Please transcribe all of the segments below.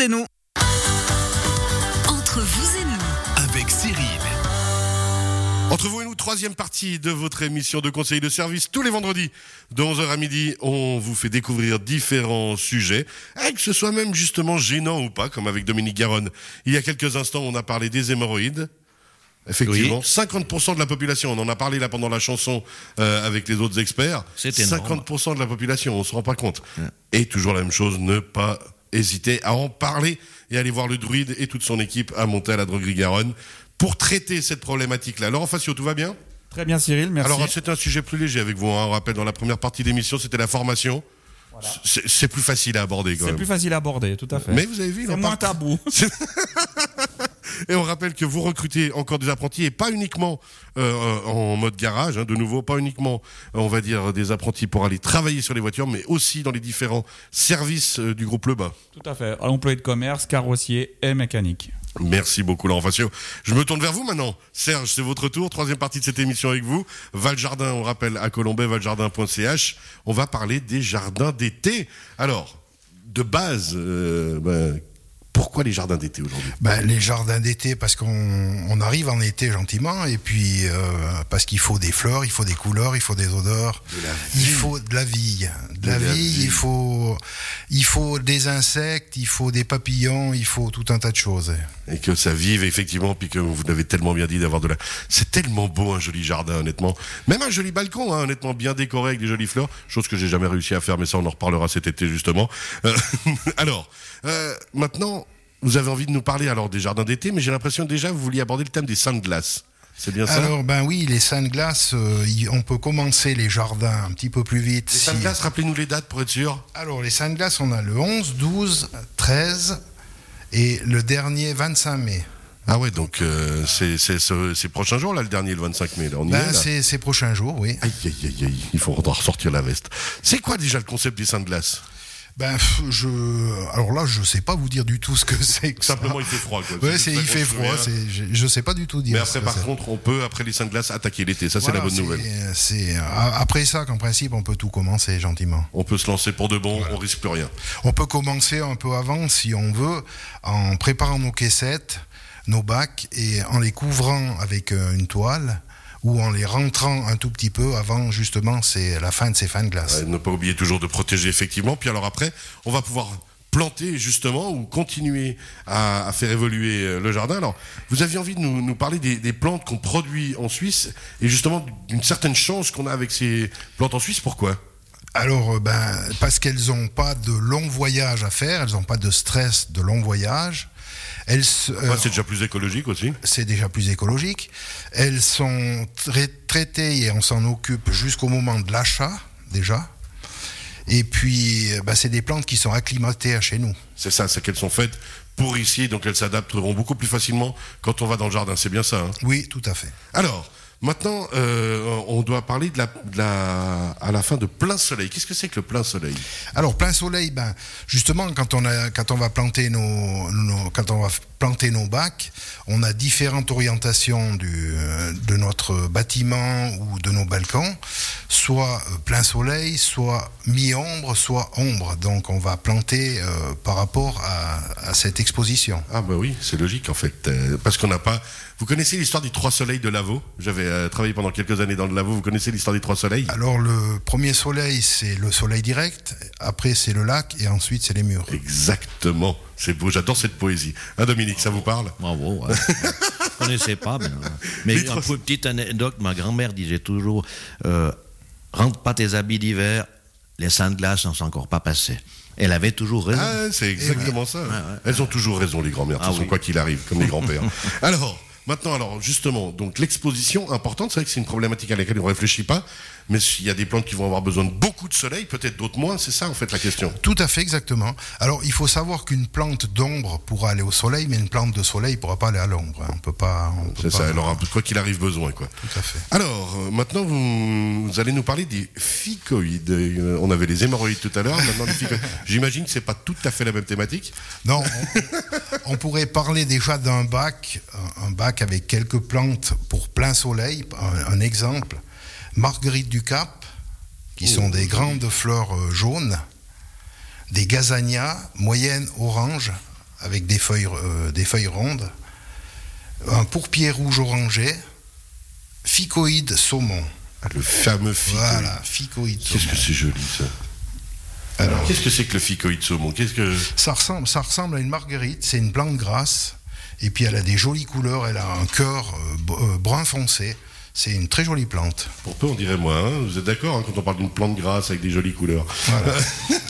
et nous. Entre vous et nous, Avec Cyril. Entre vous et nous, troisième partie de votre émission de conseil de service tous les vendredis de 11h à midi. On vous fait découvrir différents sujets, eh, que ce soit même justement gênant ou pas, comme avec Dominique Garonne. Il y a quelques instants, on a parlé des hémorroïdes. Effectivement, 50% de la population, on en a parlé là pendant la chanson euh, avec les autres experts. C'est énorme. 50% de la population, on se rend pas compte. Et toujours la même chose, ne pas hésiter à en parler et aller voir le druide et toute son équipe à monter à la droguerie Garonne pour traiter cette problématique-là. Laurent Facio, tout va bien Très bien Cyril, merci. Alors c'est un sujet plus léger avec vous. hein. On rappelle dans la première partie de l'émission, c'était la formation. C'est c'est plus facile à aborder quand c'est même. plus facile à aborder, tout à fait. euh, Mais vous avez vu, il c'est en moins parle- tabou. Et on rappelle que vous recrutez encore des apprentis et pas uniquement euh, euh, en mode garage, hein, de nouveau, pas uniquement, euh, on va dire, des apprentis pour aller travailler sur les voitures, mais aussi dans les différents services euh, du groupe Le Bas. tout à fait. Employé de commerce, carrossier et mécanique. Merci beaucoup, Laurent Facio. Je me tourne vers vous maintenant. Serge, c'est votre tour. Troisième partie de cette émission avec vous. Valjardin, on rappelle, à Colombay, valjardin.ch. On va parler des jardins d'été. Alors, de base, euh, ben, pourquoi les jardins d'été aujourd'hui Ben, les jardins d'été, parce qu'on on arrive en été gentiment, et puis euh, parce qu'il faut des fleurs, il faut des couleurs, il faut des odeurs, il faut de la vie. De la, De la vie, vie. Il, faut, il faut des insectes, il faut des papillons, il faut tout un tas de choses. Et que ça vive, effectivement, puis que vous l'avez tellement bien dit d'avoir de la... C'est tellement beau, un joli jardin, honnêtement. Même un joli balcon, hein, honnêtement, bien décoré avec des jolies fleurs. Chose que j'ai jamais réussi à faire, mais ça, on en reparlera cet été, justement. Euh, alors, euh, maintenant, vous avez envie de nous parler alors des jardins d'été, mais j'ai l'impression déjà, vous vouliez aborder le thème des saints de glace. C'est bien ça Alors, ben oui, les saints de glace, euh, y- on peut commencer les jardins un petit peu plus vite. Les saints de si- glace, rappelez-nous les dates pour être sûr. Alors, les saints de glace, on a le 11, 12, 13 et le dernier 25 mai. Ah ouais, donc euh, c'est c'est ce- ces prochains jours, là, le dernier, le 25 mai. Là, on y est, Ben, là. c'est ces prochains jours, oui. Aïe, aïe, aïe, aïe, il faut ressortir la veste. C'est quoi déjà le concept des saints de glace Ben, pff, je. Alors là, je sais pas vous dire du tout ce que c'est. que ça. Simplement, il fait froid. Quoi. Ouais, juste c'est ça il qu'on fait se froid. souvient. c'est- Je, je sais pas du tout dire. Mais ce après, que par c'est. contre, on peut, après les saints de glace, attaquer l'été. Ça, c'est Voilà, la bonne nouvelle. C'est euh, après ça qu'en principe, on peut tout commencer gentiment. On peut se lancer pour de bon, on risque plus rien. On peut commencer un peu avant, si on veut, en préparant nos caissettes, nos bacs, et en les couvrant avec euh, une toile, ou en les rentrant un tout petit peu avant, justement, c'est la fin de ces fins de glace. Ouais, ne pas oublier toujours de protéger, effectivement. Puis alors après, on va pouvoir planter, justement, ou continuer à, à faire évoluer euh, le jardin. Alors, vous aviez envie de nous, nous parler des, des plantes qu'on produit en Suisse, et justement d'une certaine chance qu'on a avec ces plantes en Suisse. Pourquoi Alors, euh, ben, parce qu'elles n'ont pas de long voyage à faire, elles n'ont pas de stress de long voyage. Elles, se- euh, Ouais, C'est déjà plus écologique aussi. c'est déjà plus écologique. Elles sont trai- traitées et on s'en occupe jusqu'au moment de l'achat, déjà. Et puis, euh, ben, c'est des plantes qui sont acclimatées à chez nous. C'est ça, c'est qu'elles sont faites pour ici, donc elles s'adapteront beaucoup plus facilement quand on va dans le jardin. C'est bien ça. hein Oui, tout à fait. Alors, maintenant, euh, on doit parler de la, de la- à la fin de plein soleil. Qu'est-ce que c'est que le plein soleil Alors, plein soleil, ben, justement, quand on, a, quand on va planter nos, nos- quand on va f- planter nos bacs, on a différentes orientations du, euh, de notre bâtiment ou de nos balcons, soit euh, plein soleil, soit mi-ombre, soit ombre. Donc, on va planter euh, par rapport à, à cette exposition. Ah bah oui, c'est logique en fait, euh, parce qu'on n'a pas. Vous connaissez l'histoire des trois soleils de Lavaux J'avais euh, travaillé pendant quelques années dans le Lavaux. Vous connaissez l'histoire des trois soleils Alors, le premier soleil, c'est le soleil direct, après, c'est le lac, et ensuite, c'est les murs. Exactement. C'est beau. J'adore cette poésie. Hein, Dominique, ça vous parle Bravo. Ah, ouais. Je connaissais pas. Mais, mais Les une trois- petite anecdote, ma grand-mère disait toujours euh, rentre pas tes habits d'hiver, les seins de glace n'en sont encore pas passés. Elle avait toujours raison. Ah, c'est exactement Eh ça. Elles ont toujours raison, les grands-mères, de toute Ah façon, oui. quoi qu'il arrive, comme les grands-pères. alors, maintenant, alors, justement, donc l'exposition importante, c'est vrai que c'est une problématique à laquelle on ne réfléchit pas, mais il y a des plantes qui vont avoir besoin de beaucoup de soleil, peut-être d'autres moins, c'est ça en fait la question. Tout à fait, exactement. Alors, il faut savoir qu'une plante d'ombre pourra aller au soleil, mais une plante de soleil ne pourra pas aller à l'ombre. hein. On peut pas. on peut C'est pas- ça, elle aura quoi qu'il arrive besoin, quoi. Tout à fait. Alors, euh, maintenant, vous, vous allez nous parler des phycoïdes. Euh, On avait les hémorroïdes tout à l'heure, maintenant les phycoïdes. J'imagine que c'est pas tout à fait la même thématique. Non, on, on pourrait parler déjà d'un bac, un un bac avec quelques plantes pour plein soleil. Un, un exemple, Marguerite du Cap, qui Oh, sont des grandes fleurs euh, jaunes, des gazanias moyennes orange, avec des feuilles, euh, des feuilles rondes, un pourpier rouge orangé, phycoïde saumon. Le fameux phycoïde. Voilà, phycoïde Qu'est-ce saumon. que c'est joli ça Alors, Qu'est-ce que c'est que le phycoïde saumon Qu'est-ce que ça ressemble, ça ressemble à une marguerite, c'est une plante grasse, et puis elle a des jolies couleurs, elle a un cœur euh, b- euh, brun foncé, c'est une très jolie plante. pour peu on dirait moi hein Vous êtes d'accord hein, quand on parle d'une plante grasse avec des jolies couleurs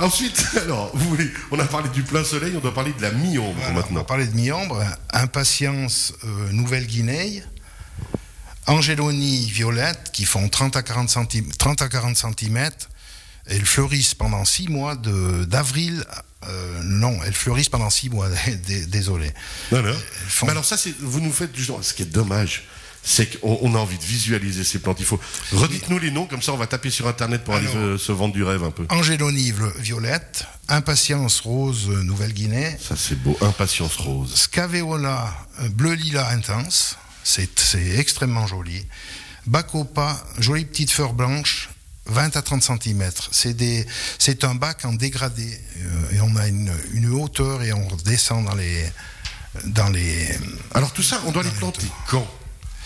Ensuite, alors, vous voulez, on a parlé du plein soleil, on doit parler de la mi-ombre Voilà, On va maintenant. parler de mi-ombre, impatience euh, Nouvelle-Guinée, Angélonie violette qui font 30 à 40 cm, 30 à 40 cm elles fleurissent pendant 6 mois de- d'avril. euh, non, elles fleurissent pendant 6 mois, dé- désolé. Non, Euh, non. font- Mais alors ça, c'est, vous nous faites du genre. Ce qui est dommage, c'est qu'on on a envie de visualiser ces plantes. Il faut redites-nous les noms, comme ça on va taper sur internet pour aller Alors- Ah. euh, se vendre du rêve un peu. Angélonie vle- violette, impatience rose euh, Nouvelle-Guinée, Ça c'est beau. Impatience rose. Scaveola euh, bleu lilas intense, c'est c'est extrêmement joli. Bacopa, jolie petite fleur blanche, 20 à 30 cm. C'est des- c'est un bac en dégradé. euh, et on a une, une hauteur et on redescend dans les. Dans les Alors tout ça, on doit les planter quand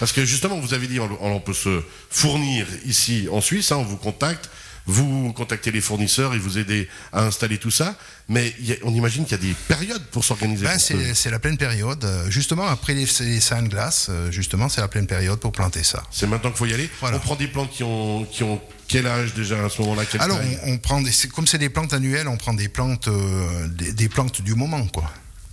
Parce que justement, vous avez dit, on, on peut se fournir ici en Suisse. hein, on vous contacte. Vous contactez les fournisseurs et vous aidez à installer tout ça, mais il y a- on imagine qu'il y a des périodes pour s'organiser. Ben, pour se- c'est c'est la pleine période. euh, Justement, après les, les saints de glace, euh, justement, c'est la pleine période pour planter ça. C'est maintenant qu'il faut y aller. Voilà. On prend des plantes qui ont, qui ont quel âge déjà à ce moment-là quelle Alors, taille on, on prend des, c'est- comme c'est des plantes annuelles, on prend des plantes, euh, des, des plantes du moment, quoi.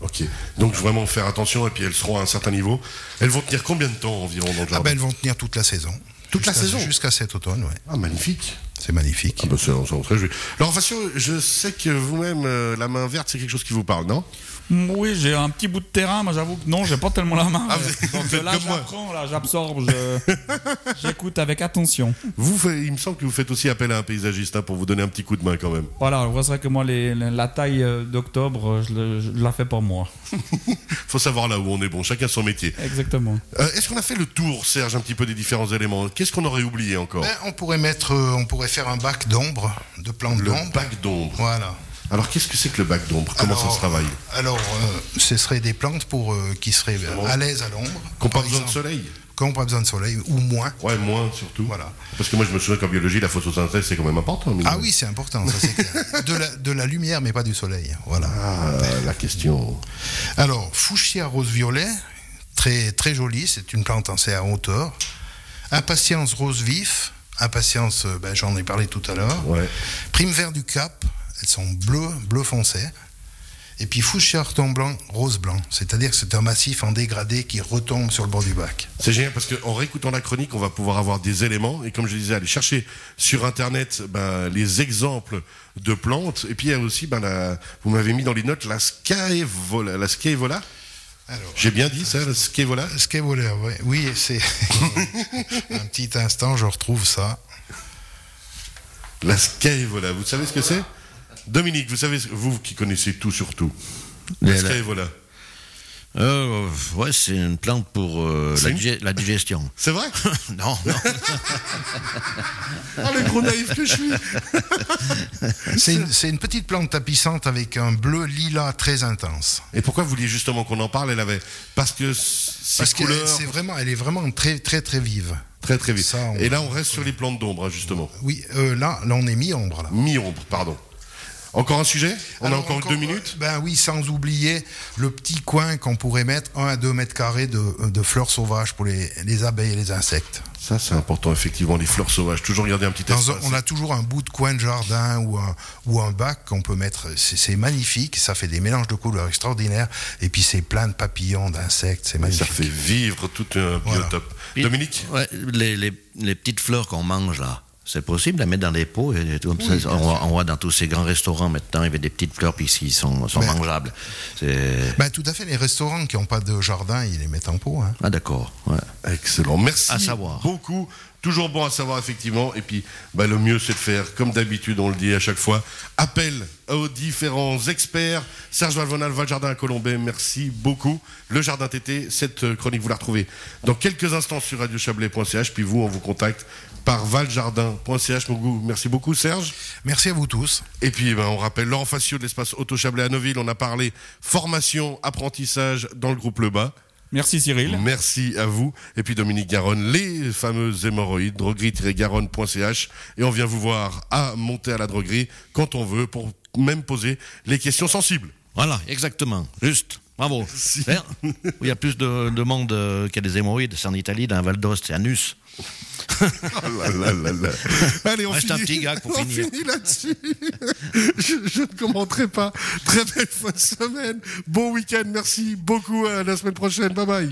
Ok. Donc vraiment faire attention et puis elles seront à un certain niveau. Elles vont tenir combien de temps environ dans le Ah jardin ben, elles vont tenir toute la saison. Toute la Jusqu'à- saison Jusqu'à cet automne, ouais. Ah, magnifique. C'est magnifique. Ah ben c'est on s'en réjouit. Alors Vassio, je sais que vous-même euh, la main verte c'est quelque chose qui vous parle, non Mm, Oui, j'ai un petit bout de terrain. Moi, j'avoue que non, j'ai pas tellement la main. Ah, vous êtes- Donc vous êtes là, comme moi. j'apprends, là, j'absorbe, je- j'écoute avec attention. Vous fa- il me semble que vous faites aussi appel à un paysagiste hein, pour vous donner un petit coup de main quand même. Voilà, alors, c'est vrai que moi, les- les- la taille euh, d'octobre, euh, je, le- je la fais pour moi. Faut savoir là où on est bon, chacun son métier. Exactement. Euh, Est-ce qu'on a fait le tour, Serge, un petit peu des différents éléments Qu'est-ce qu'on aurait oublié encore Ben, on pourrait mettre, euh, on pourrait faire un bac d'ombre, de plantes Le d'ombre. bac d'ombre. Voilà. Alors qu'est-ce que c'est que le bac d'ombre Comment Alors, ça se travaille Alors, euh, ce seraient des plantes pour euh, qui seraient euh, à l'aise à l'ombre. Qu'on pas par besoin de exemple. soleil Qui n'ont pas besoin de soleil ou moins. Ouais, moins surtout. Voilà. Parce que moi, je me souviens qu'en biologie, la photosynthèse, c'est quand même important. mine de Ah rien. oui, c'est important. Ça, c'est clair. de, la, de la lumière, mais pas du soleil. Voilà. Ah, la question. Alors, fuchsia rose violet, très très jolie. C'est une plante en à hauteur. Impatience rose vif. Impatience, euh, ben, j'en ai parlé tout à l'heure. Ouais. Prime vert du Cap, elles sont bleues, bleu foncé. Et puis Fuchsia retombe blanc, rose blanc. C'est-à-dire que c'est un massif en dégradé qui retombe sur le bord du bac. C'est génial parce qu'en réécoutant la chronique, on va pouvoir avoir des éléments. Et comme je disais, aller chercher sur Internet ben, les exemples de plantes. Et puis, il y a aussi, ben, la- vous m'avez mis dans les notes, la scaevola. La scaevola Alors, J'ai bien dit ça, la scaevola ce qu'est voleur, ouais. oui, c'est. un petit instant, je retrouve ça. La scaevola. Vous savez ce que c'est Dominique, vous savez, ce- vous qui connaissez tout sur tout. La Les- scaevola. Euh, ouais, c'est une plante pour euh, C'est la, une- digé- la digestion. C'est vrai non, non. Ah, le gros naïf que je suis C'est une, c'est une petite plante tapissante avec un bleu lilas très intense. Et pourquoi vous vouliez justement qu'on en parle Elle avait parce que c- ces Parce que couleurs c'est vraiment, elle est vraiment très très très vive. très très vite. ça, on- Et là, on reste sur les plantes d'ombre hein, justement. Oui, euh, là, là on est mi-ombre là. Mi-ombre, pardon. Encore un sujet On Alors, a encore, deux minutes. Ben oui, sans oublier le petit coin qu'on pourrait mettre 1 à 2 mètres carrés de, de fleurs sauvages pour les, les abeilles et les insectes. euh, Ça, c'est important effectivement les fleurs sauvages. Toujours garder un petit Dans espace. un- on a toujours un bout de coin de jardin ou un, ou un bac qu'on peut mettre. C'est c'est magnifique, ça fait des mélanges de couleurs extraordinaires. Et puis c'est plein de papillons, d'insectes, Ça c'est magnifique. fait vivre tout un Voilà. biotope. Puis- Dominique, Ouais, les, les- les petites fleurs qu'on mange là, c'est possible de les mettre dans des pots. Et, et tout, comme ça. on, voit, on voit dans tous ces grands restaurants maintenant, il y a des petites fleurs puis qui sont, sont Mais- mangeables. C'est- Ben, tout à fait, les restaurants qui n'ont pas de jardin, ils les mettent en pot. hein. Ah d'accord. ouais. excellent. Merci À savoir. beaucoup Toujours bon à savoir, effectivement. Et puis, bah, le mieux, c'est de faire, comme d'habitude, on le dit à chaque fois, appel aux différents experts. Serge Valvonal, Valjardin à Colombais, merci beaucoup. Le Jardin TT, cette chronique, vous la retrouvez dans quelques instants sur radiochablais.ch. Puis vous, on vous contacte par valjardin.ch. Merci beaucoup, Serge. Merci à vous tous. Et puis, ben, on rappelle Laurent Facio de l'espace Auto Chablais à Neuville. On a parlé formation, apprentissage dans le groupe Le Bas. Merci Cyril. Merci à vous. Et puis Dominique Garonne, les fameuses hémorroïdes, droguerie-garonne.ch. Et on vient vous voir à monter à la droguerie quand on veut pour même poser les questions sensibles. Voilà, exactement, juste. Bravo. Si. Hein Il y a plus de, de monde euh, qu'il y a des hémorroïdes. C'est en Italie, dans Val d'Ost, c'est Anus. Oh là là là là. Allez, on Reste un finit, petit gag pour on finir. finit là-dessus. je, je ne commenterai pas. Très belle fin de semaine. Bon week-end. Merci beaucoup. À la semaine prochaine. Bye bye.